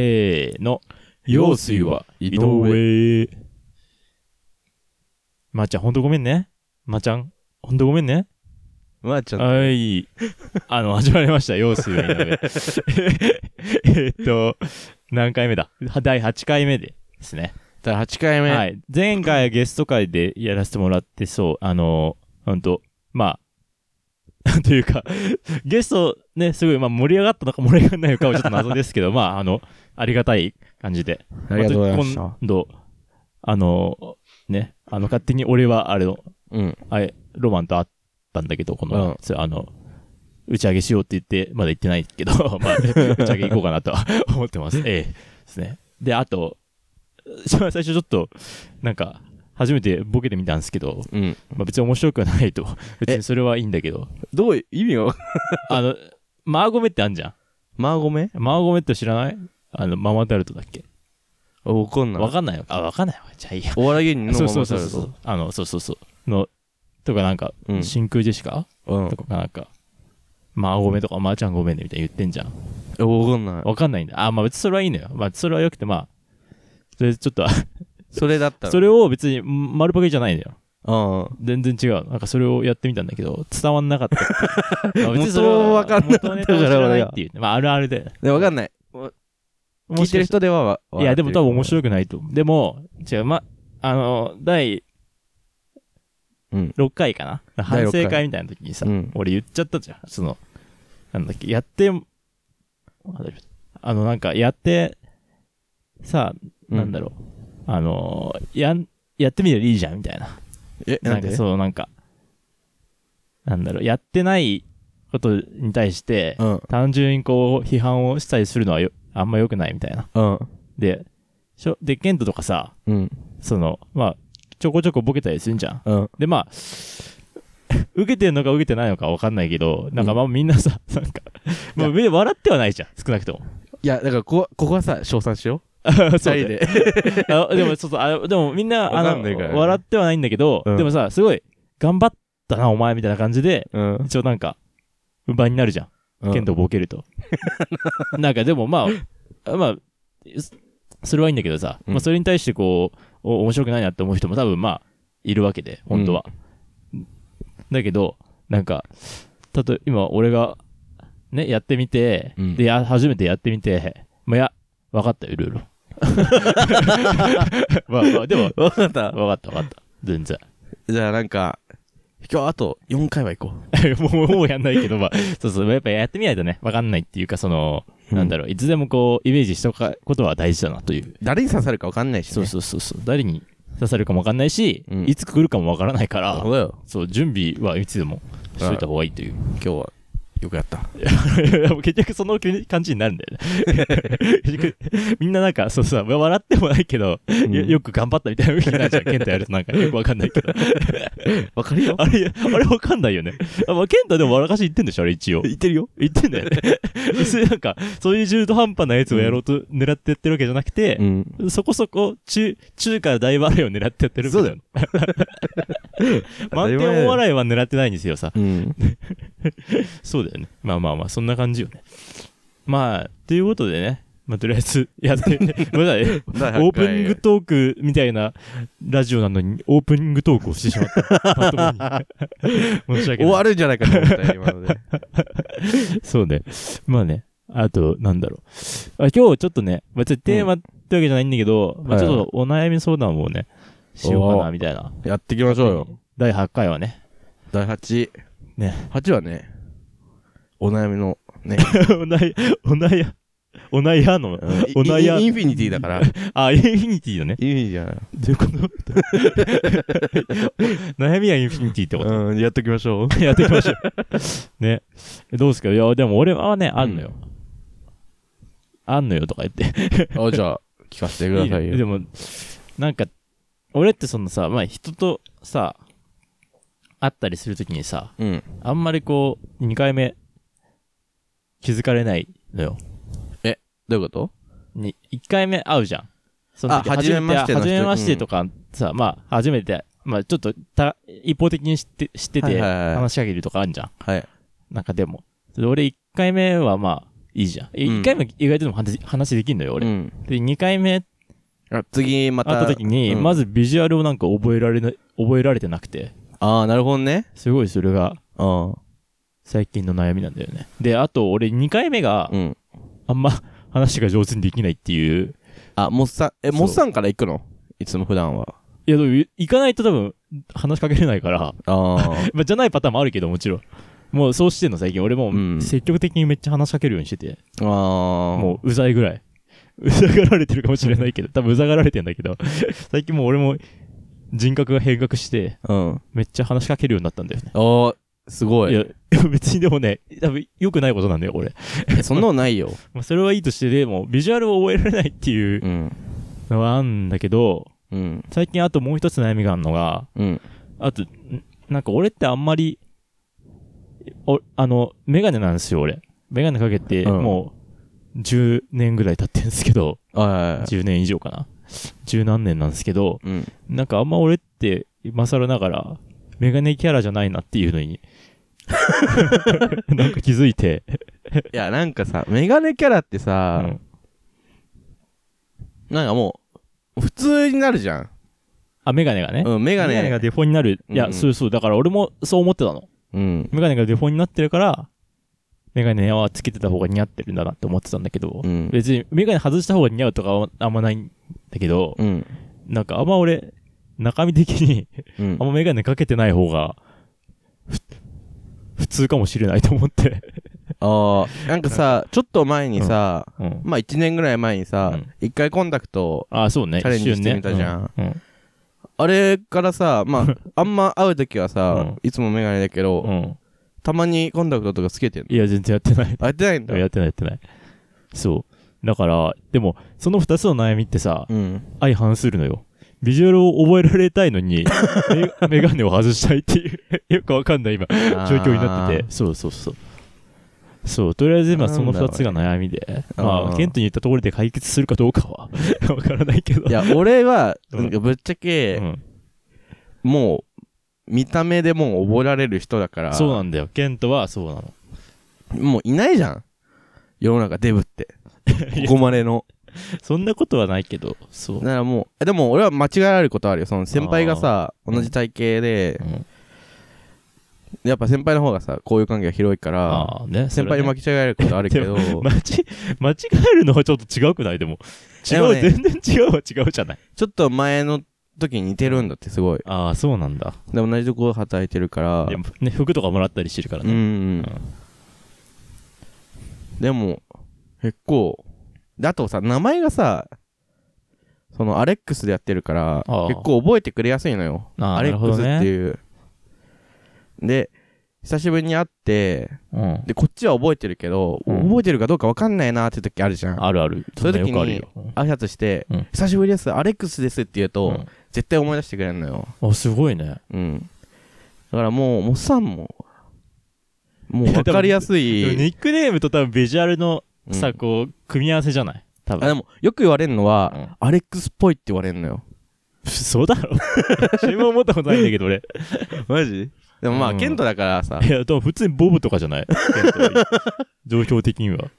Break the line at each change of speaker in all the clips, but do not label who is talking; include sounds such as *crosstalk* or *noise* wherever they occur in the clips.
せーの。
用水は井上。
まー、ちゃん、ほんとごめんね。まー、ちゃん、ほんとごめんね。
まあちゃん、
はい。あの、始まりました。用水は井上。えっと、何回目だ第8回目でですね。
第8回目。
はい。前回ゲスト会でやらせてもらって、そう、あのー、ほんと、まあ、 *laughs* なんというか、ゲストね、すごい、まあ、盛り上がったのか盛り上がらないのかはちょっと謎ですけど、まあ、あの、ありがたい感じで。
ありがとうございました
あと。今度、あのー、ね、あの、勝手に俺は、あれの、
うん。
あれ、ロマンと会ったんだけど、この、
うん
そうあの、打ち上げしようって言って、まだ行ってないけど、 *laughs* まあ、打ち上げ行こうかなとは *laughs* 思ってます。ええですね。で、あと、一番最初ちょっと、なんか、初めてボケてみたんですけど、
うん。
まあ別に面白くはない
*laughs*
と。別にそれはいいんだけど。
どう、意味を
あの、マーゴメってあんじゃ
マーゴメ
ん。マーゴメって知らないあの、ママタルトだっけ
わかんない。
わかんないのかあ、わかんないわ。じゃあいいや。
お笑い芸人の
そう
マ
そう
マ
そ
タ
う
ル
そ
ト
う。。あの、そうそうそう。の、とかなんか、
うん
真空ジェシカ
うん。
とか、なんか、まあごめんとか、まあちゃんごめんねみたいに言ってんじゃん。
えわかんない。
わかんないんだ。あ、まあ別にそれはいいのよ。まあそれは良くて、まあ、それちょっと、
それだったら。
それを別にん丸パケじゃないのよ。
う
全
ん。
然違う。なんかそれをやってみたんだけど、伝わんな
*laughs*
かったっていう。まあ別にそれ
元
は
わかんなかったから
元ネタを知らないっていうね。まああるあるで。
で、わかんない。聞いてる人ではわ、
いや、でも多分面
い。
白くないと思う。でも、違う、ま、あの、第
うん。
6回かな
第
反
六回
省会みたいな時にさ、
うん
俺言っちゃったじゃん。その、なんだっけ、やって、あの、なんか、やって、さあ、なんだろう、あのー、やん、やってみればいいじゃん、みたいな。
え、な
なんんか、
で
そう、なんか、なんだろう、やってないことに対して、
うん。
単純にこう、批判をしたりするのはよ、あんま良くないみたいな。
うん。
で、しょ、で、ケントとかさ、
うん。
その、まあ、ちょこちょこボケたりするんじゃん。
うん。
で、まあ、 *laughs* 受けてるのか受けてないのか分かんないけど、なんかまあみんなさ、 *laughs* なんか、まあ目で笑ってはないじゃん、少なくとも。
いや、だから、ここ、ここはさ、称賛しよ
二
う。二人。で。
あでも、ちょっと、あでもみんな、あ
わか
の、
んないからね
笑ってはないんだけど、
うん
でもさ、すごい、頑張ったな、お前、みたいな感じで、
うん。
一応なんか、場になるじゃん。剣道ボケると。 *laughs* なんかでもまあ、まあ、そそれはいいんだけどさ、
うん
まあそれに対してこう、お面白くないなって思う人も多分まあ、いるわけで、本当は。だけど、なんか、たとえ、今俺が、ね、やってみて、
うん
で、や、初めてやってみて、まあ、いや、わかったよ、いろ
*laughs*
いろ。まあまあ、でも、
わかった。
わかった、わかった。全然。 *laughs*
じゃあ、なんか、今日あと4回は行こ
もう、もうやんないけど、まあ、そうそう、やっぱやってみないとね、わかんないっていうか、その、
うん
なんだろう、いつでもこう、イメージしとかことは大事だなという。
う。誰に刺さるかわかんないしね。
そうそうそうそう、誰に刺さるかもわかんないし、
うん
いつ来るかもわからないから
そう、だよ。
そう、準備はいつでもしといた方がいいという。 *laughs*
今日は、よくやった。
結局その感じになるんだよ
*laughs*
ね。結局、みんななんか、そうさ、笑ってもないけど、
ん
よよく頑張ったみたいな風になっちゃう。ケンタやるとなんかよくわかんないけど。
*laughs* わかるよ。
あれ、あれわかんないよね。あまあ、ケンタでも笑かし言ってんでしょ、あれ一応。
言ってるよ。
言ってんだ
*laughs*
よね。それなんか、そういう中途半端なやつをやろうと狙ってやってるわけじゃなくて、
ん。
そこそこ、中、中から大笑いを狙ってやってるみたいな
そう
*laughs* 満点お笑いは狙ってないんですよ、さ。
うん。
そうだよね。まあまあまあ、そんな感じよね。まあ、ということでね、まあとりあえず *laughs* やって、ごめんなさいね
オ
オープニングトークみたいなラジオなのに、オープニングトークをしてしまった。ま
*laughs*
ともに申し訳
終
ない。
わるんじゃないかと思ったよ今ので。
そうね。まあね。あと、なんだろう。あ今日ちょっとね、まあ、ちょっとテーマってわけじゃないんだけど、まあ、ちょっとお悩み相談をね、しようか
お
な、みたいな。
やっていきましょうよ。
第8回はね。
*laughs* 第8。
ね。
8はね、お悩み *laughs* の、ね。
*laughs* おなや、おなや、おなやの、お
イ
悩み
インフィニティだ *laughs* から。インフ
あ、インフィニティだね。
ィニティだか
どういうこと *laughs* 悩みはインフィニティってこと。
ら。うん、やっときましょう。
*laughs* やっていきましょう。 *laughs* ね。どうですかいや、でも俺はね、あんのよ。あんのよとか言って。
*laughs* あ、じゃあ、聞かせてください
いいねで
よ。
も、なんか、俺ってそのさ、まあ人とさ、会ったりするときにさ、
うん。
あんまりこう、2回目、気づかれないのよ。
どういうこと
に、1回目会うじゃん。その時
あ初めましての
初
人
めましてとかさ、まあ、初めて、まあちょっとた、一方的に知って、知って
はい
て、
はいはい
話しかけるとかあるじゃん。
はい。
なんかでも。それで俺1回目はまあ、いいじゃん。
うん
1回目意外とでも話話できんのよ、俺。
うん
で、2回目
あ次ま。
会ったた時に、
うん
まずビジュアルをなんか覚えられな、覚えられてなくて、
ああ、なるほどね。
すごいそれが
うん。
最近の悩みなんだよね。で、あと俺2回目が
うん。
あんま話が上手にできないっていう。
あ、モッサン、え、
そう
モッサンから行くのいつも普段は。
いや、でも行かないと多分話しかけれないから、
あ *laughs* あ。
*laughs* まあ、じゃないパターンもあるけどもちろん。もうそうしてんの最近俺も
うん
う積極的にめっちゃ話しかけるようにしてて、
ああ。も
もううざいぐらい。うざがられてるかもしれないけど、多分うざがられてんだけど、 *laughs* 最近もう俺も人格が変革して、
う。うん。
めっちゃ話しかけるようになったんだよね。
ああ、すごい。
いや、 *laughs* 別にでもね、多分良くないことなんだよ、俺。
そんなのないよ。
まあ、それはいいとして、でも、ビジュアルを覚えられないって *laughs* いう
うん。
のはあんだけど、
うん。
最近あともう一つ悩みがあるのが、
うん。
あと、んなんか俺ってあんまり、お、あの、メガネなんですよ、俺。メガネかけて、
うん
もう、10年ぐらい経ってんですけど、
ああ。
10年以上かな。十何年なんですけど、 *laughs*
うん。
なんかあんま俺って、今更ながら、メガネキャラじゃないなっていうの
*laughs*
に、なんか気づいて、
いや、なんかさ、メガネキャラってさ、
うん
なんかもう、普通になるじゃん。
あ、メガネがね。
うん、メガネ。
がデフォになる。いや、
うんうん
そうそう。だから俺もそう思ってたの。
うん。
メガネがデフォになってるから、メガネはつけてた方が似合ってるんだなって思ってたんだけど、
うん。
別にメガネ外した方が似合うとかはあんまないんだけど、
うん。
なんかあんま俺、中身的に
うん
あんまメガネかけてない方が、ふ普通かもしれないと思って。
ああ。なんかさ、ちょっと前にさ、
うん、
まあ1年ぐらい前に
う
さ
ん、
一回コンタクト、
あそうね。
チャレンジしてみたじゃん
一瞬ね
あれからさ、ま
*laughs*
あ、あんま会うときは
う
さ
ん、
いつもメガネだけ
うん
ど、
うんうん
たまにコンタクトとかつけてんの
いや、全然やってない。
あ、やってないんだ。
やってないやってない。そう。だから、でも、その二つの悩みってさ、
うん。
相反するのよ。ビジュアルを覚えられたいの
*laughs*
に、メ *laughs* メガネを外したいっていう、よくわかんない今、
状
*laughs* 状況になってて。。そうそうそう。そう、とりあえず今その
なんだ
2つが悩みで、
あー
まあ、ケントに言ったところで解決するかどうかは、 *laughs* わからないけど。
いや、
*laughs*
俺は、
うん
なんかぶっちゃ
う
け、
ん、
もう、見た目でもう覚えられる人だから、
そうなんだよ。ケントはそうなの。
もういないじゃん。世の中デブ
*laughs*
って。ここまでの。
そんなことはないけど、そう。
だからもう、えでも俺は間違えられることあるよ。その先輩がさ、
ー
同じ体型で
う、ん
やっぱ先輩の方がさ、交友関係が広いから、
ああ、ね。
先輩に
そ
間
れ
違えられることあるけど、
ね間 *laughs* ち間違えるのはちょっと違うくないでも。違
でも
う、
ね
全然違うは違うじゃない。
ちょっと前の時に似てるんだってすごい。
ああ、そうなんだ。
で同じとこ働いてるから、
でもね、服とかもらったりしてるから
うんう
ね。
ん。でも、結構、であとさ、名前がさ、そのアレックスでやってるから、
ああ
結構覚えてくれやすいのよ。
ああ
アレックスっ
なるほど
て
ね
いう。で、久しぶりに会って、
うん。
で、こっちは覚えてるけど、
うん
覚えてるかどうかわかんないなって時あるじゃん。
あるある。
そういう時
んなよくある
に
ようん
挨拶して、
うん
久しぶりです、アレックスですって言うと、
うん
絶対思い出してくれるのよ。
あ、すごいね。
うん。だからもう、モッサンも、もう分かりやす
でも
い。
ニックネームと多分ビジュアルの
うん
さ、こう、組み合わせじゃない多
あで
分。
も、よく言われるのは、アレックスっぽいって言われるのよ。
そうだろそれも思ったことないんだけど俺。
マジでもまあ、
うん
ケントだからさ
*laughs* い、や、でも普通にボブとかじゃ *laughs* ない状況的には。
*laughs*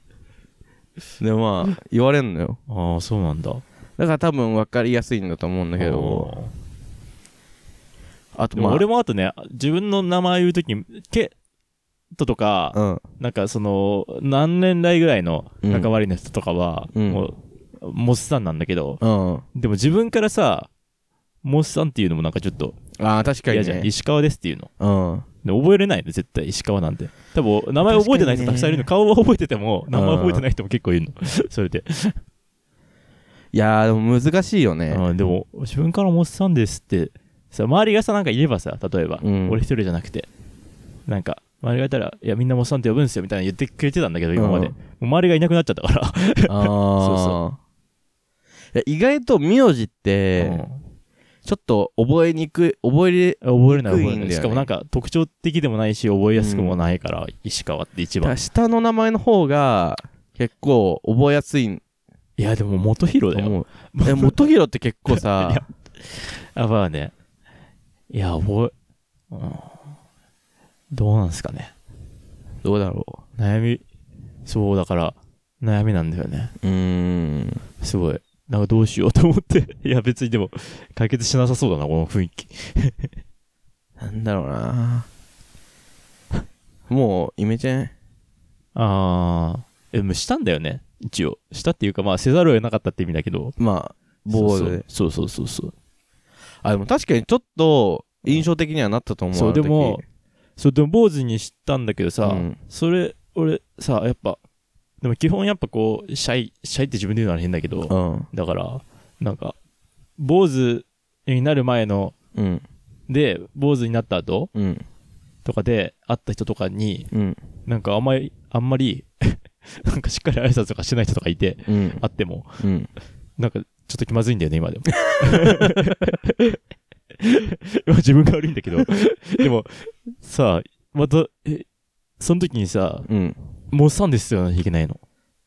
でもまあ、言われるのよ。
ああ、そうなんだ。
だから多分分かりやすいんだと思うんだけど、
あ
あ
ー
と
でも
まあ、
俺もあとね、自分の名前言うときに、ケットとか、
うん。
なんかその、何年来ぐらいの
うん
仲悪いの人とかは、
うん
もう、モスさんなんだけど、
うん。
でも自分からさ、モスさんっていうのもなんかちょっと
ああ、確か
嫌
に
じゃん。
ね。
石川ですっていうの。
うん。
で覚えれないの、絶対、石川なんて。多分、名前覚えてない人たくさんいるの。
確
顔は覚えてても、名前覚えてない人も結構いるの。
*laughs*
それで。
いやー、でも難しいよね。
うん、でも、自分からモスさんですって、さ、周りがさ、なんか言えばさ、例えば、
うん
俺一人じゃなくて、なんか、周りがいたら、いや、みんなモスさんって呼ぶんですよ、みたいな言ってくれてたんだけど、今まで。
うん
もう周りがいなくなっちゃったから。
*laughs* ああ。いや意外と名字って、ちょっと覚えにくい、覚えれ、
うん覚えれない、
憎
覚え
いんだよ
れ
ね
ない。しかもなんか、特徴的でもないし、覚えやすくもないから、石川って一番。
下の名前の方が結構覚えやすいん
いや、でも、元宏
だ
だよ。
よ。え、元宏って結構 *laughs*
い
さ
や、やばいね。いや、覚え、うん、どうなんすかね。
どうだろ
悩み、そうだから、悩みなんだよね。
うーん。
すごい。なんかどうしようと思って。 *laughs* いや、別にでも、解決しなさそうだな、この雰囲気。
なんだろうなもう、イメチェン。
あー。え、でもしたんだよね。一応。したっていうか、まあ、せざるを得なかったって意味だけど。
まあ、ボードで。
そうそうそうそうそう。
あ、でも確かにちょっと、印象的にはなったと思う。
そう
あの時
でも、それでも坊主にしたんだけどさ、
うん
それ、俺さ、やっぱ、でも基本やっぱこう、シャイ、シャイって自分で言うのは変だけど、
うん。
だから、なんか、坊主になる前の、
うん。
で、坊主になった後
うん。
とかで会った人とかに、
うん。
なんかあんまり、あんまり、 *laughs* なんかしっかり挨拶とかしてない人とかいて、
うん。
あっても、
うん。
なんかちょっと気まずいんだよね、今でも。 *laughs* まあ自分が悪いんだけど。でも、さあ、また、え、その時にさ、
うん。
モッサンですよなきゃいけないの。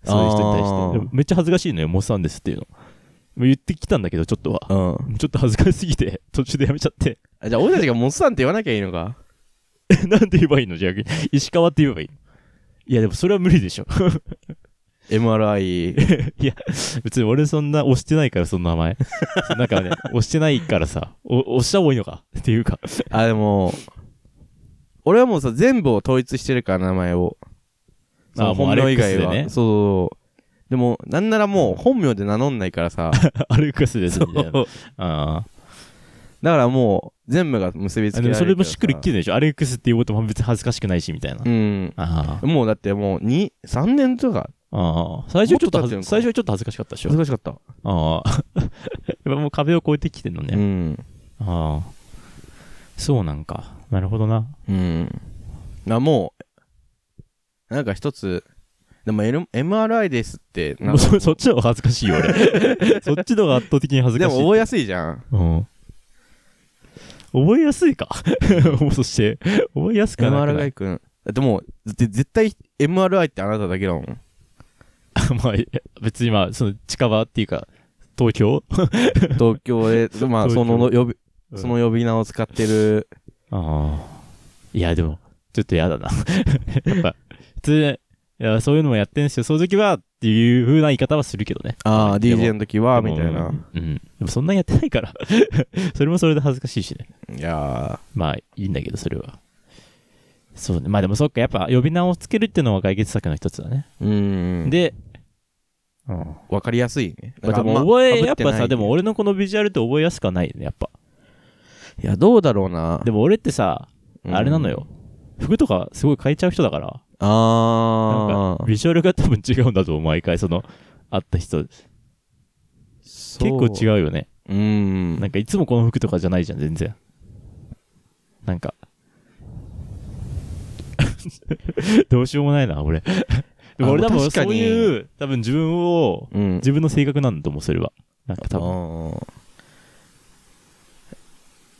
そういう人に対
あ
し
ー
て。でもめっちゃ恥ずかしいのよ、モッサンですっていうの。言ってきたんだけど、ちょっとは。
うん。
ちょっと恥ずかしすぎて、 *laughs* 途中でやめちゃって。
あじゃあ、俺たちがモスさんって言わなきゃいいのか
なんて言えばいいのじゃあ、石川って言えばいいのいや、でもそれは無理でしょ。 *laughs*
*laughs* ?MRI。
いや、別に俺そんな押してないから、その名前。 *laughs* なんかね、押してないからさ、お押した方がいいのかっていうか。 *laughs*
あ、でも、俺はもうさ、全部を統一してるから、名前を。その
あもう
本名以外
ア
は。
レッ
そう
クス
そうそう。でも、なんならもう、本名で名乗んないから *laughs* さ。
アルクスです
そう
みたいな。あ
だからもう、全部が結びつ
あ。
け
で
られ
も
る
それもしっくり
からさ
きてるでしょ。アレックスっていうことも別に恥ずかしくないし、みたいな。
うん。
ああ
もうだってもう、2、3年とか、
ああ。最初はちょっと恥ず
もっと経ってんのか
最初はちょっと恥ずかしかったでしょ。
難しかった。
ああ。 *laughs* やっぱもう壁を越えてきてるの
う
ね。
ん。
ああ。そうなんか。なるほどな。
うん。あ、もう、なんか一つ、でも、L、MRI ですって、な
も
ん
う
か
そそっちの方が恥ずかしいよ、俺。
*laughs*
そっちの方が圧倒的に恥ず
で
かし
も
い。
覚えやすいじゃん。
うん。覚えやすいか *laughs* そして、覚えやすくはなくない
MRI くん。だってもう、ぜ絶対 MRI ってあなただけだ
*laughs*
もん。
まあ、いや別にまあ、その近場っていうか、東京
東京で、まあ、
東
そ
京
の呼び、その呼び名を使ってる。
ああ。いや、でも、ちょっと嫌だな。 *laughs* やっぱ、普通、いや、そういうのもやってんすよ。そういう時は、っていう風な言い方はするけどね。
ああ、
でも
DJ の時は、
でも
みたいな。
うん。でもそんなにやってないから。 *laughs* それもそれで恥ずかしいしね。
いや
まあ、いいんだけど、それは。そうね。まあでもそっか、やっぱ呼び名をつけるっていうのは解決策の一つだね。
ーうん。で、
で、うん。
わかりやすいね。
まあ、
な
で
ん
も
かあんま
覚え、
被
やってぱ
ない
さ、でも、俺のこのビジュアルって覚えやすくはないよね、やっぱ。
いや、どうだろうな。
でも俺ってさ、
うん
あれなの。よ。服とかすごい変えちゃう人だから。なん
あ
か
あ。
ビジュアルが多分違うんだと思う毎回その会った人結
結
構
う。
違うよね
うん。
なんかいつもこの服とかじゃないじゃん全然なんか *laughs* どうしようもないな *laughs* 俺でも俺
あ
多
まあ
分
確かに
そういう多分自分を
うん。
自分の性格なんだと思うそれはなんか多分
あー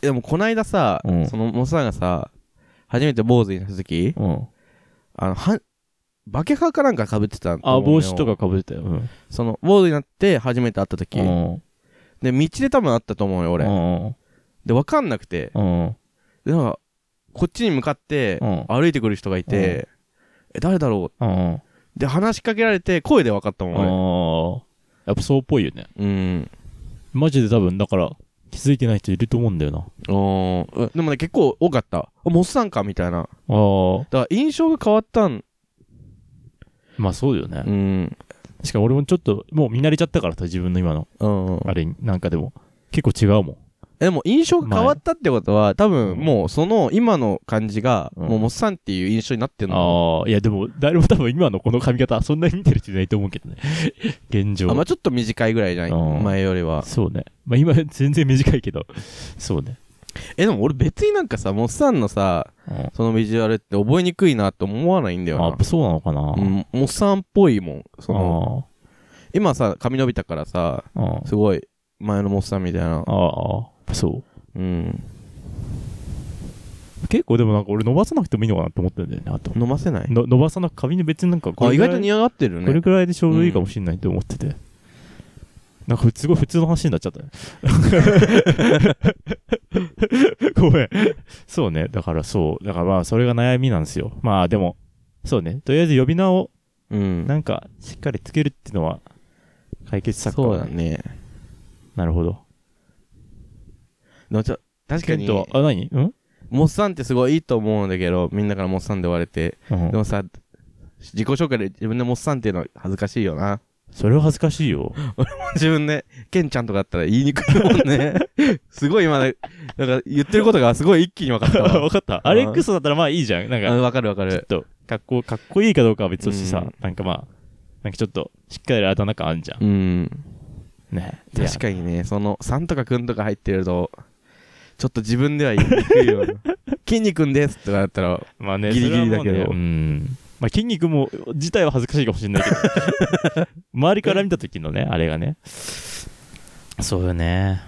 でもこないださ、
うん
そのモスさんがさ初めて坊主にした時
うん、
あのはバケハかなんかかぶってた
あ帽子と
か
かかぶってたよ、うん
その坊主になって初めて会った時
うん、
で道で多分会ったと思うよ
う
俺
ん
で分かんなくて
うん
でなんかこっちに向かって
うん
歩いてくる人がいてえ誰だろ
うん
うで話しかけられて声で分かった
う
も
ん
ん
あーやっぱそうっぽいよね
俺うん
マジで多分だから気づいてない人いると思うんだよな
おーうんでもね結構多かったあモスさんかみたいな
ああ
だから印象が変わったん
まあそうよね。
うん
しかも俺もちょっと、もう見慣れちゃったからさ、自分の今の、
うん
あれに、なんかでも、結構違うもん。
でも印象が変わったってことは、多分もうその今の感じが、
うん
もうモッサンっていう印象になってるの。
ああ、いやでも、誰も多分今のこの髪型、そんなに似てる人いないと思うけどね。 *laughs* 現状。
あまあちょっと短いぐらいじゃな
う
い
ん
前よりは。
そうね。まあ今、全然短いけど、そうね。
え、でも俺別になんかさ、モッサンのさ、
うん
そのビジュアルって覚えにくいなって思わないんだよ
あ
な、。
そうなのかな。
うん、モッサンっぽいもん。その、
あ
今さ、髪伸びたからさ、
あ、あ
すごい前のモッサンみたいな
あ、。ああ、そ
うん。
う。結構でもなんか俺伸ばさなくてもいいのかなと思ってんだよね、あと。
飲ませない
の伸ばさなく、髪の別になんかこ
あ、
れ
意
ぐら
外
い
と似合がってる
これ
ね。
くらいでちょうどいいかもしれないと思ってて、なんかすごい普通の話になっちゃったねごめんそうねだからそうだからまあそれが悩みなんですよまあでもそうねとりあえず呼び名を
うん。
なんか、しっかりつけるっていうのは、解決策かも
そうだ。ね。
なるほど。
のちょ確か
ケン
に、
トはあ、何うん
モッサンってすごいいいと思うんだけど、みんなからモッサンで言われて、
うん
でもさ、自己紹介で自分でモッサンっていうの恥ずかしいよな。 *laughs*
それは恥ずかしいよ。
自分で、ケンちゃんとかだったら言いにくいもん *laughs* ね。すごい今ね、なんか言ってることがすごい一気に分かったわ。
わかった。アレックスだったらまあいいじゃん。なん
うん
か、
*laughs* わかるわか
ちょっ
る。
と、かっこ、かっこいいかどうかは別として
う
さ
ん、
なんかまあ、なんかちょっと、しっかりあだ名感あんじゃん。
うん。
ね。いや
確かにね、その、さんとかくんとか入ってると、ちょっと自分では言いにくいよ。 *laughs* 筋肉んですとかだったら、
まあね、
ギリギリだけど
それはもうねうん。まあ、筋肉も、自体は恥ずかしいかもしれないけど、 *laughs* 周りから見た時のね、あれがね。そうよね。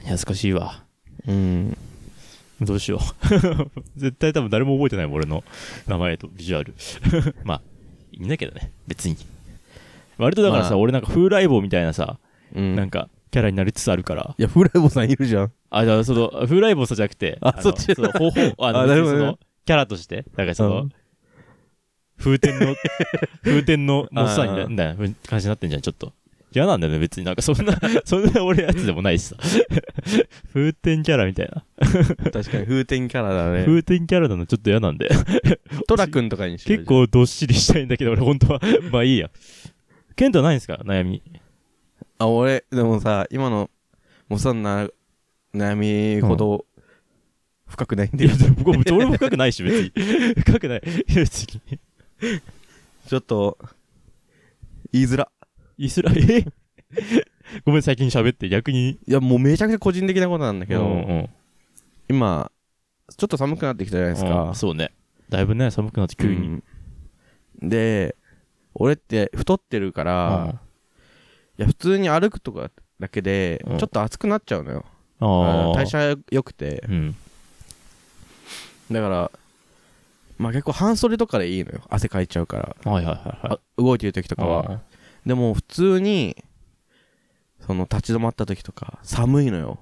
いや恥ずかしいわ。
うん。
どうしよう。 *laughs* 絶対多分誰も覚えてないもん俺の名前とビジュアル。 *laughs* まあ、いいんだけどね、別に。割とだからさ、
まあ
俺なんか風来坊みたいなさ、
うん。
なんかキャラになりつつあるから。
いや、フライボさんいるじゃん。
あ、じゃあその、風来坊さじゃなくて、
あ
の
そっち
う方法、あの、
あ
別に
なるほ
そ
どね
の、キャラとして、だからそうの
ん、
風天 *laughs* の、風天のモッサン
あー
にな、な感じになってんじゃん、ちょっと。嫌なんだよね、別に。なんかそん *laughs* な、そんな俺やつでもないしさ。 *laughs* 風天キャラみたいな。
確かに、風天キャラだね。
風天キャラなのちょっと嫌なんで。
トラくんとかにしよう
結。構どっしりしたいんだけど、俺本当 *laughs* は。まあいいや。ケントはないんですか悩み。
あ、俺、でもさ、今の、もうさんな、悩みほど、深くないん
い
で、
や、でも僕も俺も深くないし、別に。 *laughs* 深くない。いや、別に。
ちょっと、言いづら。
イスラ、えごめん、最近喋って、逆に。
いや、もうめちゃくちゃ個人的なことなんだけど、
うんうん
今、ちょっと寒くなってきたじゃないです
う
か
ん。そうね。だいぶね、寒くなって急に。
うんで、俺って太ってるから、いや、普通に歩くとかだけで、
うん
ちょっと暑くなっちゃうのよ。
うんああ。
代謝良くて。
うん。
だから、まあ結構半袖とかでいいのよ。汗かいちゃうから。
はいはいはいはい。
あ動いてる時とかは。
あ
でも普通に、その立ち止まった時とか、寒い
*laughs*
のよ。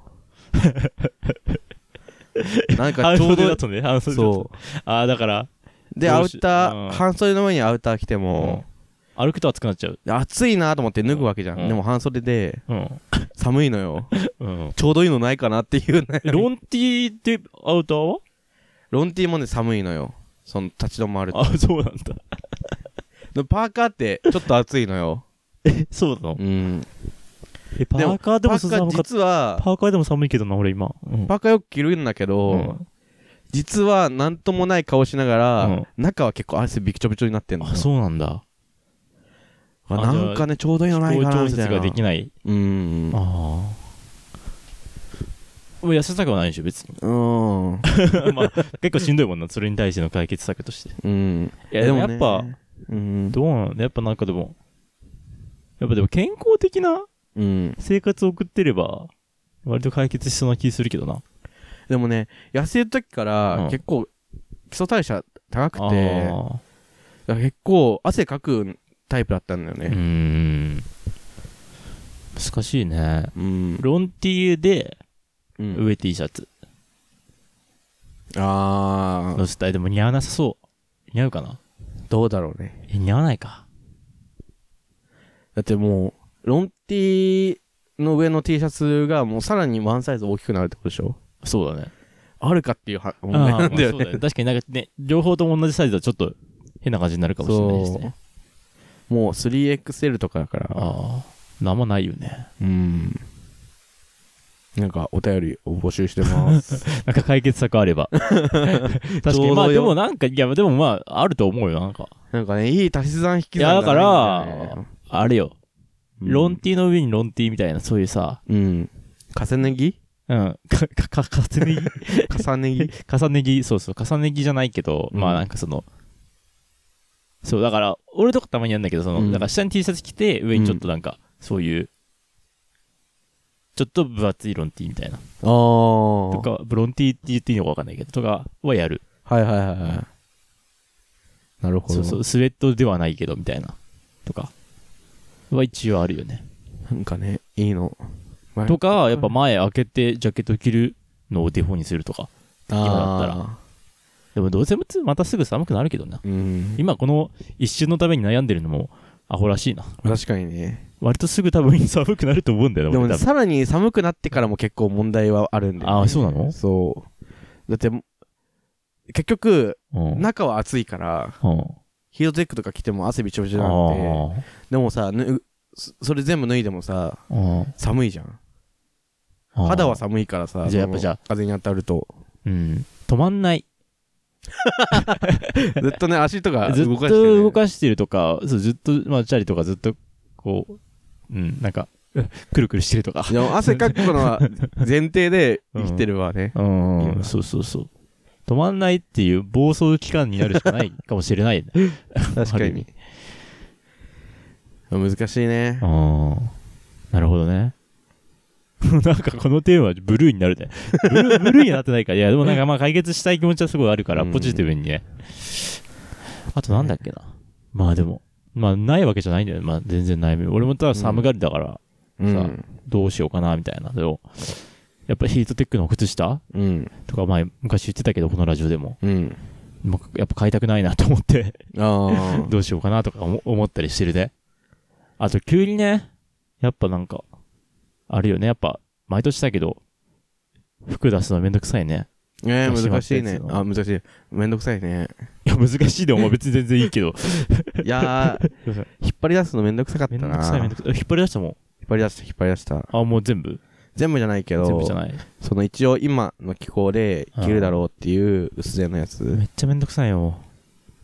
なん
あ。半
かちょう
袖だ
ど、
とね、半袖だと。
そ
ああ、だから、
う。で、
ど
ア
う
ウ
し
タ
うん
ー、半袖の上にアウター着ても、
歩くと暑くなっちゃう。
暑いなと思って脱ぐわけじゃん。
うん
でも半袖で、
うん。
寒いのよ。
うん。
ちょうどいいのないかなっていうね。 *laughs*
ロンティーでアウターは
ロンティーもね、寒いのよ。その立ち止まると。
あ、そうなんだ。
でパーカーって、ちょっと暑いのよ。
え、そうなの
うん。
え、パーカーで
パ
も
ーカー
寒かった。
実は、
パーカーでも寒いけどな、俺今。うん
パーカーよく着るんだけど、
うん
実はなんともない顔しながら、
うん
中は結構汗びっちょびちょになってんのよ
あ、そうなんだ。
あなんかねちょうどいいのない
気
か
候
な
調
みた
節
いな
ができない。
うん
ああ。もう痩せたくはないでしょ、別に。 *laughs*
うん
まあ、結構しんどいもんな、それに対しての解決策として。い
うん
や、でもやっぱ、
ねうん
どうなんやっぱなんかでも、やっぱでも健康的な
うん
生活を送ってれば、割と解決しそうな気するけどな。
でもね痩せる時か
う
ら
ん
結構基礎代謝高く
あ
て、だか
ー
ら結構汗かくタイプだったんだよ
うー
ね
ん。難しいね。
うん、
ロンティーで、
うん
上 T シャツ
ああ
のスタイルでも似合わなさそう。似合うかな
どうだろうね
え、似合わないか。
だってもうロンティーの上の T シャツがもうさらにワンサイズ大きくなるってことでしょ
そうだね。
あるかっていうは問題
あ
な
あ
んだよ
まあそうだ
ね。 *laughs*
確かになんかね、両方とも同じサイズはちょっと変な感じになるかもしれないですね。
もう 3XL とかだから。
ああ。なんもないよね。
うん。なんかお便りを募集してます。
*laughs* なんか解決策あれ
*laughs*
ば。確か
ちょ
に。
うどよ
まあでもなんか、いや、でもまあ、あると思うよ、なんか。
なんかね、いい足し算引き
いや、
算
だか
がないんだよね
ら、、あれよ。ロンティーの上にロンティーみたいな、そういうさ、
うん。うん。重ね着
うん、か、か、か、重ね
重
*laughs*
ね着
着重ね着、そうそう、重ね着じゃないけど、
うん
まあなんかその、そう、だから、俺とかたまにやるんだけど、その、
うん
だから下に T シャツ着て、上にちょっとなんか、そういう、ちょっと分厚いロンティーみたいな。
*laughs* ああ。
とか、ブロンティーって言っていいのかわかんないけど、とかはやる。
はいはいはいはい。なるほ
そ
ど。
うそう、スウェットではないけど、みたいな。とか。は一応あるよね。
なんかね、いいの。
とか、やっぱ前開けてジャケット着るのをデフォにするとか。
あー
今だったらでもどうせまたすぐ寒くなるけどな。
うん。
今この一瞬のために悩んでるのもアホらしいな。
確かにね。
割とすぐ多分寒くなると思うんだよ
で
な、
も
俺
ね、
多分
さらに寒くなってからも結構問題はあるんで、
あーそうなの
そう。だって、結局、
うん。
中は暑いから、
うん。
ヒートテックとか着ても汗びちょびちょなの
あ
で、でもさ、ぬそそれ全部脱いでもさ、
あうん。
寒いじゃん。
あー
肌は寒いからさ、
じゃあやっ
そ
ぱ
の
じゃあ
風に当たると。
うん。止まんない。
ずっ
*laughs*
とね、足とか
ずっ
動
と
かして、ね。
動かしてるとか、そうずっと、まあ、チャリとかずっと、こう、うん、なんか、くるくるしてるとか。
でも汗かくのは前
*laughs*
提で生きてるわね。
うん
いいな
そうそうそう。止まんないっていう暴走期間になるしかないかもしれない。
確か
ある意
に。難しいね
あ。あ、なるほどね。 *laughs* なんかこのテーマブルーになるね。ブルーブ *laughs* ルーになってないから。いや、でもなんかまあ解決したい気持ちはすごいあるから、
うん
ポジティブにね。あとなんだっけな。まあでも、まあないわけじゃないんだよね。まあ全然悩み。俺もただ寒がりだから、
うん。
どうしようかな、みたいな。でも、やっぱヒートテックの靴下
うん。
とか前、昔言ってたけど、このラジオでも。
うん。
もうやっぱ買いたくないなと思って。
ああ。
どうしようかなとか思思ったりしてるで。あと、急にね、やっぱなんか、あるよね。やっぱ、毎年だけど、服出すのめんどくさいね。
ね
出しまっ
難
た
しい
や
ね
つ。の
あ、難しい。めんどくさいね。
いや、難しいでも、ま *laughs* あ別に全然いいけど。
いやー、
*laughs*
引っ張り出すのめんどくさかった
めん
な。
どくさい、めんどくさい。引っ張り出したもん。
引っ張り出した、引っ張り出した。
あ、もう全部
全部じゃないけ
全部
ど
じゃ、ない。
その一応今の気候で着るだろうっていう薄手のやつ。
めっちゃめんどくさいよ。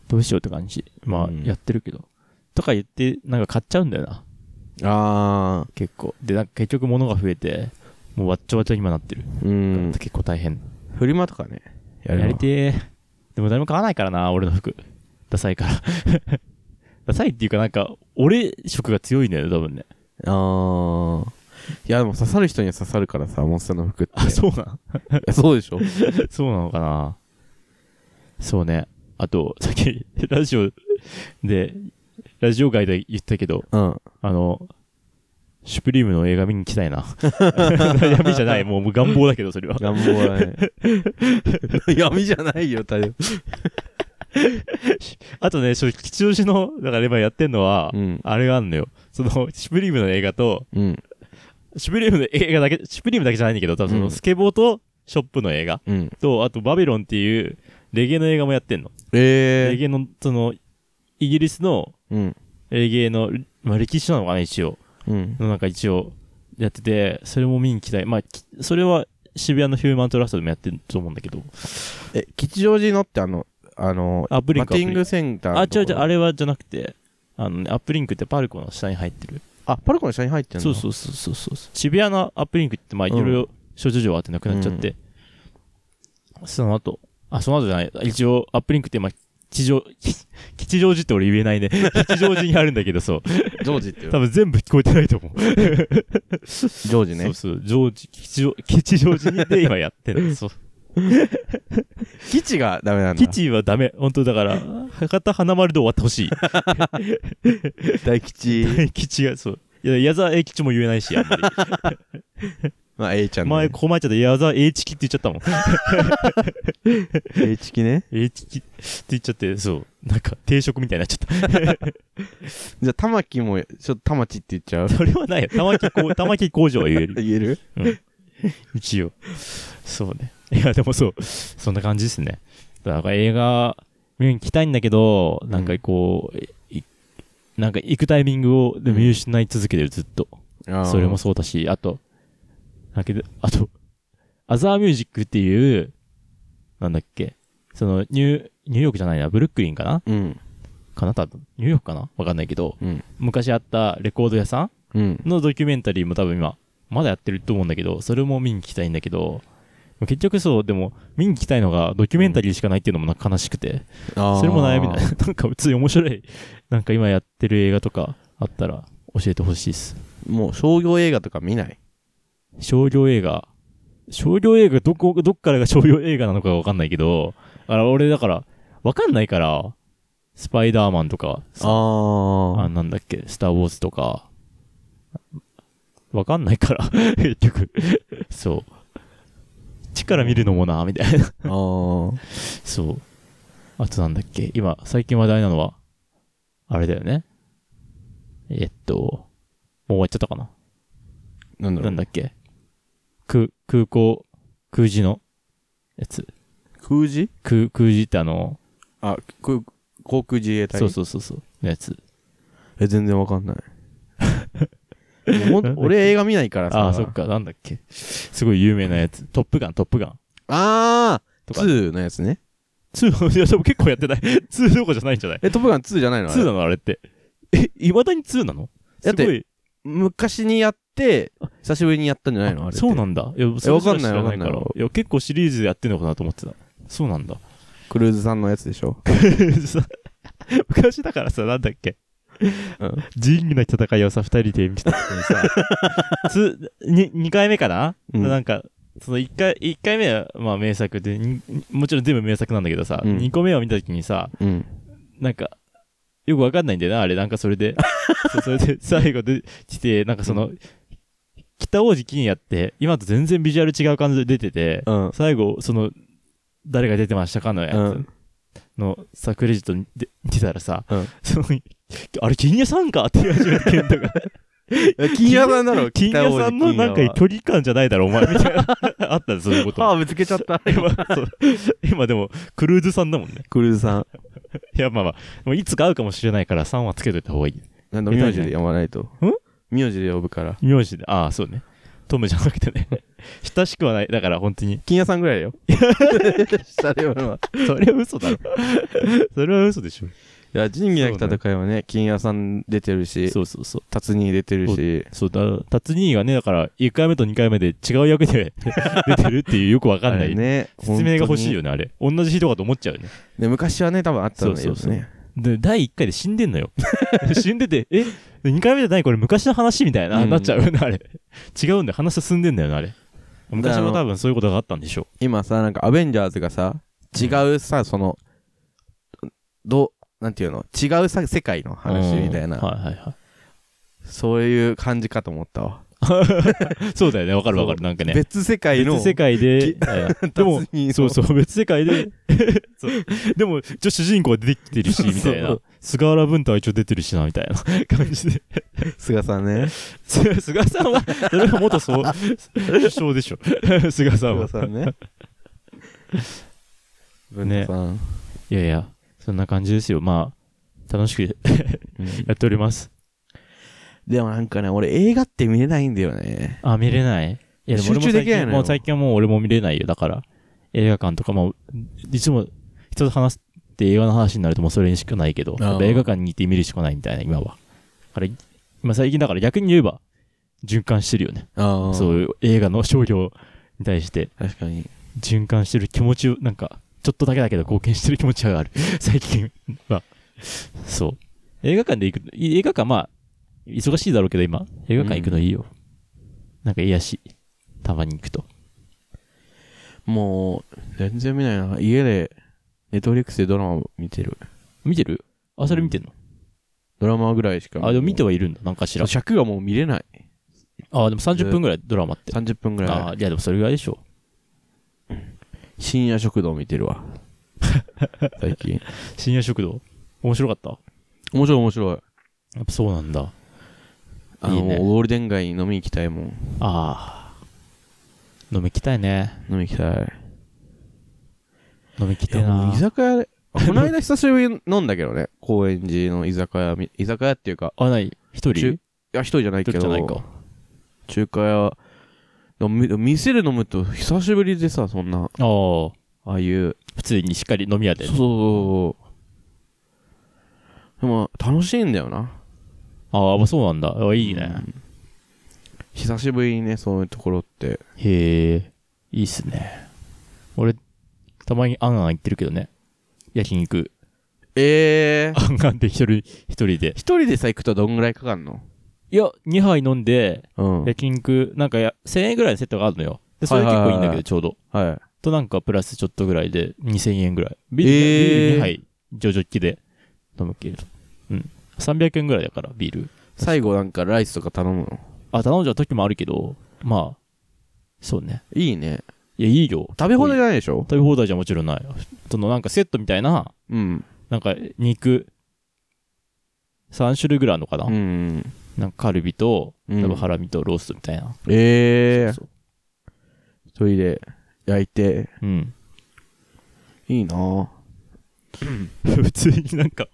どうしようって感じ。ま
う
あ、
ん
やってるけど。とか言って、なんか買っちゃうんだよな。
ああ、結構。
で、なんか結局物が増えて、もうわっちゃわっちゃに今なってる。
うん。
結構大変。
フリマとかね。
や
るわ
りてえ。でも誰も買わないからな、俺の服。ダサいから。 *laughs* ダサいっていうかなんか、俺色が強いんだよね、多分ね。
ああ。いや、でも刺さる人には刺さるからさ、モンスターの服って。
あ、そうなん
いや *laughs* そうでしょ
*laughs* そうなのかな。そうね。あと、さっき、 *laughs* ラジオで、ラジオ外で言ったけど、
うん。
あの、シュプリームの映画見に行きたいな。 *laughs* 悩みじゃない、もうもう願望だけど、それは。
願望はね。 *laughs* 闇じゃないよ、大丈
あとね、そう吉祥寺の、だから今やってんのは、
うん。
あれがあんのよ。その、シュプリームの映画と、
うん。
シュプリームの映画だけ、シュプリームだけじゃないんだけど、多分そ
うん
のスケボーとショップの映画
うん。
と、あとバビロンっていうレゲエの映画もやってんの。レ
ええ
ゲエの、その、イギリスの
うん。
レゲエの、まあ、歴史なのかな、一応。
うん。
のなんか一応やってて、それも見に来たい。まあ、きそれは渋谷のヒューマントラストでもやってると思うんだけど。
え、吉祥寺のってあの、あの、
アップリン
バッ
クア
テ
ップ
ィン
リン
グ
ク。
センター
あ、
の
違う
と
違
こ
う、
ろ
あれはじゃなくて、あのね、アップリンクってパルコの下に入ってる。
あ、パルコの下に入ってんの
そうそうそうそうそう。渋谷のアップリンクって、まあ、いろいろ諸事情あってなくなっちゃって、その後、あ、その後じゃない、一応、アップリンクって、まあ、吉祥、 *laughs* 吉祥寺って俺言えないね。吉祥寺にあるんだけど、そう。
う。ジョージっていう
多分全部聞こえてないと思う。
ジョージ
そ
ね
う。そう、常時、吉祥、 *laughs* 吉祥寺にで今やって
*laughs*
る。そう。
基地がダメなんだ。
吉はダメ。本当だから、博多花丸で終わってほしい。
大吉。
*laughs* 吉が、そう。いや、矢沢永吉も言えないし、あん
*laughs*
まり。
まあ、A ちゃん
前、
ね。
こまえちゃった矢沢永吉って言っちゃったもん。
A チキね。
えー、ちきって言っちゃって、そう。なんか、定食みたいになっちゃっ
じゃあ、玉木も、ちょっと玉木って言っちゃう
た。それはないよ。玉木 *laughs* こう、玉木工場は言える。
言える
一応。そうね。いや、でもそう。そんな感じですね。だから映画、見に行きたいんだけど、なんかこう、いなんか行くタイミングをでも見失い続けてる、ずっと。それもそうだし、あと、だけど、あと、アザーミュージックっていう、なんだっけ、その、ニュー、ニューヨークじゃないな、ブルックリンかな
う。うん。
かな多分ニューヨークかなわかんないけど、
うん
昔あったレコード屋さ
うん。
んのドキュメンタリーも多分今、まだやってると思うんだけど、それも見に行きたいんだけど、結局そう、でも、見に行きたいのがドキュメンタリーしかないっていうのもなんか悲しくて、
そ
それも悩みだ。 *laughs* なんか普通に面白い、なんか今やってる映画とかあったら教えてほしいです。
もう商業映画とか見ない。
商業映画。商業映画、どこ、どっからが商 *laughs* 業映画なのかがわかんないけど、だから俺だから、わかんないから、スパイダーマンとか、
あー
あ、なんだっけ、スター・ウォーズとか、わかんないから、 *laughs* 結局。そう。力見るのもな、みたいな。
あー。
そう。あとなんだっけ今、最近話題なのは、あれだよね。えっと、もう終わっちゃったかな
なんだろ
な。
うん
だっけ空、空港、空時のやつ。
空自
空、空時ってあの、
あ、空、航空自衛隊
そうそうそうそう、のやつ。
え、全然わか
*laughs*
んない。もうほん俺映画見ないからさ。
ああ、そっ。か、なんだっけ。すごい有名なやつ。トップガン、トップガン。
あ
と
ー
か。
!2 のやつね。
*laughs* 2、いや、でも結構やってない。2どころじゃないんじゃない
え、トップガン2じゃないのあれ
?2 なのあれって。え、いまだに2なの
だって
すごい。
昔にやって、久しぶりにやったんじゃないのあれって。
そうなんだ。いや、それすら知らないか
わかんないわ
ら
かんない。
いや、結構シリーズでやってんのかなと思ってた。そうなんだ。 *laughs*
クルーズさんのやつでし *laughs* ょ。
さ昔だからさ、なんだっけ。
うん
仁義なき戦いをさ、二人で
*laughs*
見た時にさ、つ、に、二回目かな、
うん
なんか、その一回、一回目は、まあ名作で、にもちろん全部名作なんだけどさ、
う
二、
ん
個目を見た時にさ、
うん。
なんか、よくわかんないんだよな、あれ。なんかそれ
*laughs*
で、そうそれで最後で来て、なんかその、北王子金やって、今と全然ビジュアル違う感じで出てて、
うん。
最後、その、誰が出てましたかのやつ
うん
のさ、クレジットに出出たらさ、
うん
その、あれ、金屋さんかって言い始めて、ケントが。
*laughs* 金屋さ
*laughs*
んだろ、
金屋さんのなんか距離感じゃないだろ、お前、みたいな。あったんです、そういうこ
歯
と。
ぶつけちゃった。
今、そう今でも、クルーズさんだもんね。
クルーズさん。
いや、まあまあ、もういつか会うかもしれないから、3はつけといた方がいい。
なんだ、名字で呼ばないと。
ん
名字で呼ぶから。
名字で、ああ、そうね。トムじゃなくてね。 *laughs* 親しくはない。だから、本当に。
金屋さんぐらいだよ。 *laughs* 下で呼ぶのは。
それは嘘
*laughs*
だろ。それは嘘でしょ。
いや、仁義なき戦いはね、金屋さん出てるし、
そうそうそう。
辰に出てるし、
そうだ、達兄がね、だから、1回目と2回目で違う役で *laughs* 出てるっていう、よくわかんな
あれ
い。
ね。
説明が欲しい
よ。
よね、あれ。同じ人かと思っちゃうよね。
で、昔はね、多分あったんだけど
そうそう
ね。
で、第1回で死んでん
*laughs*
のよ。死んでて、え ?2 回目じゃないこれ昔の話みたいな、
うん
なっちゃうよね、あれ。違うんだよ、話進んでんだよね、あれ。昔は多分そういうことがあったんでしょ
今さ、なんかアベンジャーズがさ、違うさ、その、どう、なんていうの違うさ世界の
う。
話みたい
うん
な、
はいはいはい。
そういう感じかと思ったわ。
そうだよね、わかるわか
そ
る。
う
なんかね。
別世界の、
別世界で、
*laughs*
はいでも
達、人の
そうそう、別世界で、 *laughs* そうでも、一応主人公は出てきてるし、みたい
そ
な
う。
菅原文太は一応出てるしな、みたいな *laughs* 感じで。
菅さんね。
す菅さんは、 *laughs* それは元総首相でしょ。 *laughs* 菅さん
菅
は。
さんね。文太さん。
いやいや、そんな感じですよ。まあ、楽しく
うん
やっております。
でもなんかね、俺映画って見れないんだよね。
あ、見れないいや、でも俺も
集中で
最
きな
近、
いのよ
もう最近はもう俺も見れないよ。だから、映画館とかも、いつも人と話すって映画の話になるともうそれにしかないけど、
あー
やっぱ映画館に行って見るしかないみたいな、今は。だから、今最近だから逆に言えば、循環してるよね。
あ
そう
う。
いう映画の商業に対して、
確かに。
循環してる気持ちを、なんか、ちょっとだけだけど貢献してる気持ちがある。 *laughs* 最近は。そう。映画館で行く、い映画館まあ、忙しいだろうけど今、映画館行くのいいよ。なんか癒やし、たまに行くと。
もう、全然見ないな。家で、ネットフリックスでドラマ見てる。
見てるあ、それ見てんの、
ドラマぐらいしか。
あ、でも見てはいるんだ。なんかしら。
尺がもう見れない。
あ、でも30分ぐらいドラマって。
30分ぐら
あいやでもそれぐらいでしょ。
い。深夜食堂見てるわ。 *laughs* 最近。
深夜食堂。面白かった
面白い面白い。
やっぱそうなんだ。
あの、
いいね
ゴールデン街に飲み行きたいもん。
ああ。飲み行きたいね。
飲み行きたい。
飲み行き
い
た
や、
い
も
な
う居。酒屋で、あこの間久しぶりに飲んだけどね。高円寺の居酒屋み、居酒屋っていうか、
あ、ない一人
中いや、一人じゃない
一
け
人
ど、
じゃないか。
中華屋、でもみ店で飲むと久しぶりでさ、そんな、
ああ。
ああいう。
普通にしっかり飲み屋で
そう。そうそう。でも、楽しいんだよな。
ああ、そうなんだ。あいいね。
うん久しぶりにね、そういうところって。
へえ、いいっすね。俺、たまにあんあん行ってるけどね。焼肉。
えー。
あんあんで一人、一人で。
一人でさ、行くとどんぐらいかかんの
いや、2杯飲んで、
うん。
焼肉、なんかや1000円ぐらいのセットがあるのよ。で、それ
は
結
いはいはい
構いいんだけど、ちょうど。
はい。
となんかプラスちょっとぐらいで2000円ぐらい。ビー
えー
ル,、2杯、ジョジョッキで飲むけど。うん。300円ぐらいだから、ビール。
最後なんかライスとか頼むの。
あ、頼んじゃう時もあるけど、まあ、そうね。
いいね。
いや、いいよ。
食べ放題じゃないでしょ
食べ放題じゃもちろんない。とのなんかセットみたいな、
うん。
なんか肉、3種類ぐらいあるのかな、
うん。
なんかカルビと、
うん
多分ハラミとローストみたいな。
ええー
そう。
トイレ焼いて。
そううん。
いいな
普通になんか、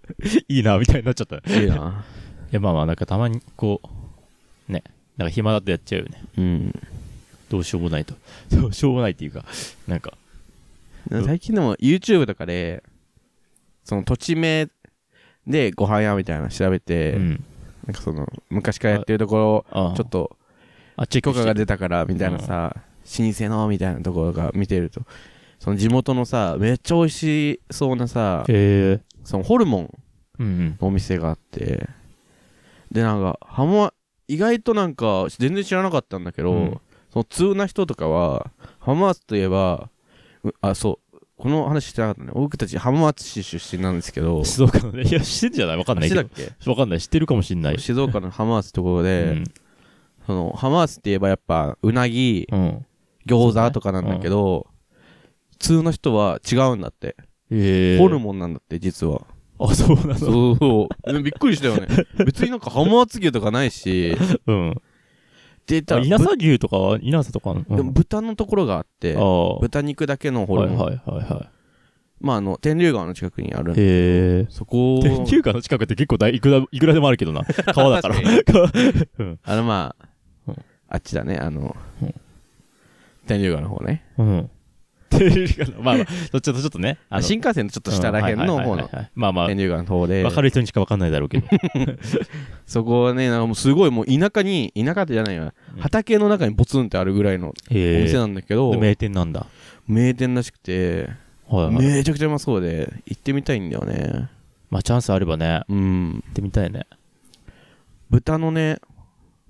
いいな、みたいになっちゃった。い
いいな
や、まあまあ、なんかたまにこう、ね、なんか暇だとやっちゃうよね。
*laughs* うん。
どうしようもないと。どうしようもないっていうか、なんか、
なんか最近でも YouTube とかで、その土地名でご飯屋みたいなの調べて、
うん。
なんかその昔からやってるとこ
あ
ろ、
あ
ちょっと
あ、チェッ
許
ク
可
し
が
て。
出たからみたいなさ、老舗のみたいなところが見てると、その地元のさ、めっちゃ美味しそうなさ、
へえ。
そのホルモン
うんうん。
のお店があって、で、なんか、ハモは意外となんか、全然知らなかったんだけど、
うん
その通な人とかは、浜松といえば、うあ、そう、この話してなかったね。僕たち浜松市出身なんですけど、
静岡のね、いや、知ってんじゃないわかんない
市
け
だ
ど
っ。け
わかんない。知ってるかもしんない。
静岡の浜松ってところで、
うん
その浜松って言えばやっぱうなぎ
うん。
餃子とかなんだけど、普通の人は違うんだって、
へえ。
ホルモンなんだって実は
あ、そうなの。
そうそう *laughs* ねびっくりしたよね別になんか浜松牛とかないし
うん。
でた
あ稲佐牛とかは、稲佐とかの。うん
でも豚のところがあって
ああ。は
豚肉だけの
い
ホ
は
ル
い
モン、
はいは
まああの天竜川の近くにあるん
い。
で
へえ。
そこを
天球館の近くって結構大いくらいくらでもあるけどな。川だから。うん。
あのまあ、
うん
あっちだねあの、
うん
天竜川の方ね
うん。天竜館 *laughs* の、まあまあ、そっちょっとちょっとね。あの
新幹線のちょっと下らへんの方。
うはいはいは
の
いはいまあまあ、
天竜川の方で
わかる人にしかわかんないだろう *laughs* けど。
そこはね、なんかもうすごいもう田舎に、田舎ってじゃないよ、
うん
畑の中にポツンってあるぐらいのお
へ
店
え。
なんだけど、
名店なんだ。
名店らしくて、
はいはい。
めちゃくちゃうまそうで、行ってみたいんだよね。
まあ、チャンスあればね、
うん。
行ってみたいね。
豚のね、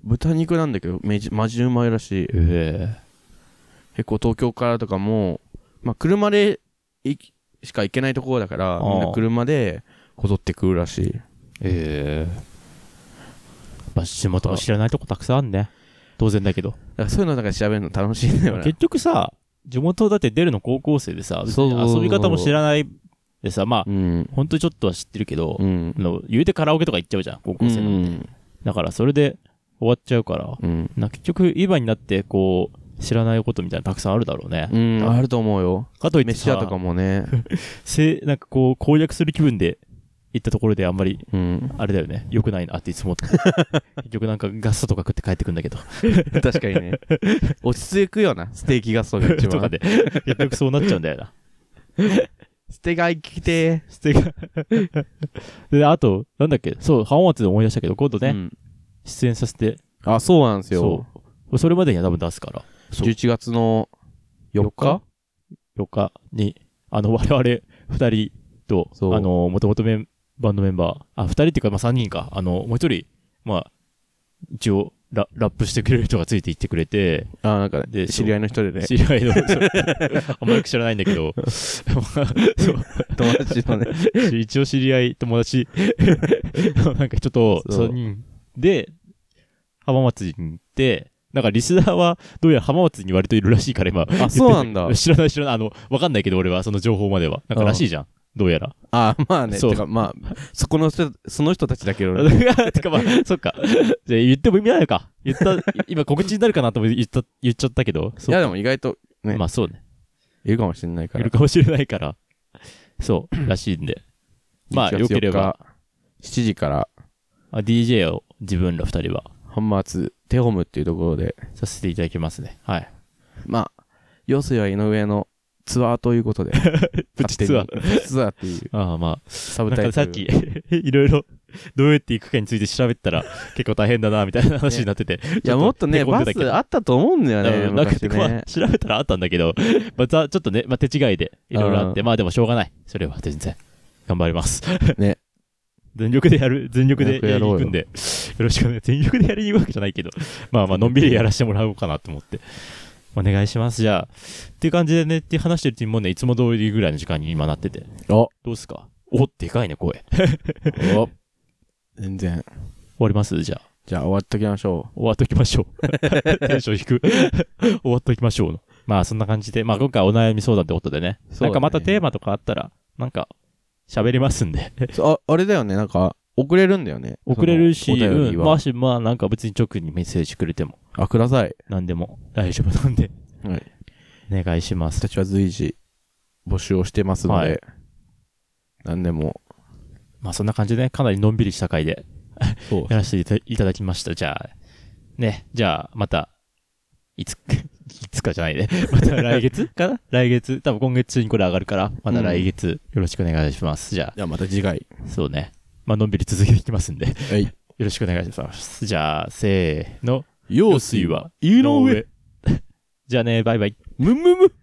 豚肉なんだけど、めじマジうまいらしい。
へえ。
結構東京からとかも、まあ車で行きしか行けないところだから、
あー
みんな車でこぞってくるらしい。
ええまあ、地元も知らないとこたくさんあんね。当然だけど。
だからそういうのなんか調べるの楽しいんだよね。
結局さ、地元だって出るの高校生でさ、別に
そうそうそう
遊び方も知らないでさ、まあ、
うん。
ほんとちょっとは知ってるけど
う、ん。
あの言うてカラオケとか行っちゃうじゃん、高
う
校生の。
ん。
だからそれで終わっちゃうから、
うん。
な結局今になってこう、知らないことみたいなのたくさんあるだろうね。
うん。あると思うよ。
かといって
飯屋
さ
と、かもね。
せなんかこう攻略する気分で行ったところであんまり、
*laughs* うん。
あれだよね、良くないなっていつも思
*laughs*
って。結局なんかガストとか食って帰ってくんだけど。
確かにね。落ち着くよな、ステーキがそう *laughs* が一
とか
番。
で、結局そうなっちゃうんだよな。
ステが行きて
ステが。 *laughs* で、あと、なんだっけ、そう、浜松で思い出したけど、今度
ー。
ね、
うん
出演させて、
あ、そうなんですよ
そ。う。それまでには多分出すから。そう
11月の4日
?4 日に、あの、我 *laughs* 々2人と、
そう
あの、もともとメンバンドメンバー、あ、2人っていうか、まあ3人か、あの、もう1人、まあ、一応ラ、ラップしてくれる人がついていってくれて、
あ、なんかね、
でそう
知り合いの人でね、
知り合いの、 *laughs* そうあんまよく知らないんだけど、まあ *laughs* そう
友達の
*laughs*
ね、
し一応知り合い、友達、 *laughs* なんかちょっと、
そう
3人で、浜松に行って、なんかリスナーは、どうやら浜松に割といるらしいから今。言って
そうなん
*laughs*
だ
知らない知らない。あの、わかんないけど俺は、その情報までは。なんからしいじゃん。どうやら。
*laughs* あ、まあね、
そう
てかまあ、そこの人、その人たちだけどね、
てかまあ、そっか。じゃあ言っても意味ないのか。言った、今告知になるかなと思って言った、言っちゃったけど。*laughs*
い
そう
やでも意外とね
まあそうね。
いるかもしれないか
い
ら
る。かもしれないから。そう、らしいんで。まあ、
11
よ
月4日
ければ、。
7時から、
あ DJ を自分ら二人は
本松テホムっていうところで、
させていただきますね。はい。
まあ、よすや井上のツアーということで、
*laughs* プチツアー。
勝手にプチツアーっていう
ああま
サ
あ、
ブ
なん
タイ
か
トル。
さっき、 *laughs* いろいろ、どうやって行くかについて調べて
*laughs*
たら、結構大変だな、みたいな話になってて。
いや、もっとね、バスあったと思うんだよね。
うんなんか
昔
まあ
ね。
調べたらあったんだけど、 *laughs* またちょっとね、まあ、手違いでいろいろあって、まあでもしょうがない。それは全然。頑張ります。
*laughs* ね。
*laughs* 全力でやる、全力でやりに行くんで、よろしくね。全力でやりに行くわけじゃないけど、まあまあ、のんびりやらせてもらおうかなと思って。お願いします。じゃあ、っていう感じでね、って話してるうちにもうね、いつも通りぐらいの時間に今なってて。
お
どうっすかお、でかいね、声。終
お全然。
わりますじゃあ。
じゃあ終わっときましょ *laughs*
終わっときましょう。テンション低く。終わっときましょうの。まあそんな感じで、まあ今回お悩み相談ってことでね。
そうだね
なんかまたテーマとかあったら、なんか喋りますんで。
そうああれだよね、なんか、遅れるんだよね。
遅れるし、
そのお便り
うん、ま
は
あ、し、まあなんか別に直にメッセージくれても、
あ、ください。
何でも大丈夫なんで、
はい。
お願いします。
たちは随時募集をしてますので、
はい
何でも。
まあそんな感じでね、かなりのんびりした回で
そう
やらせていたいただきました。じゃあ、ね、じゃあまた、いつ、いつかじゃないね。 *laughs* また来月かな来月、多分今月中にこれ上がるから、また来月よろしくお願いします。じゃ
じゃあまた次回。
あ、そうね。まあのんびり続けていきますんで。 *laughs*
はい。
よろしくお願いします。じゃあ、せーの。
用
水は
井
*laughs* 井上。じゃあね、バイバイ。
むむむ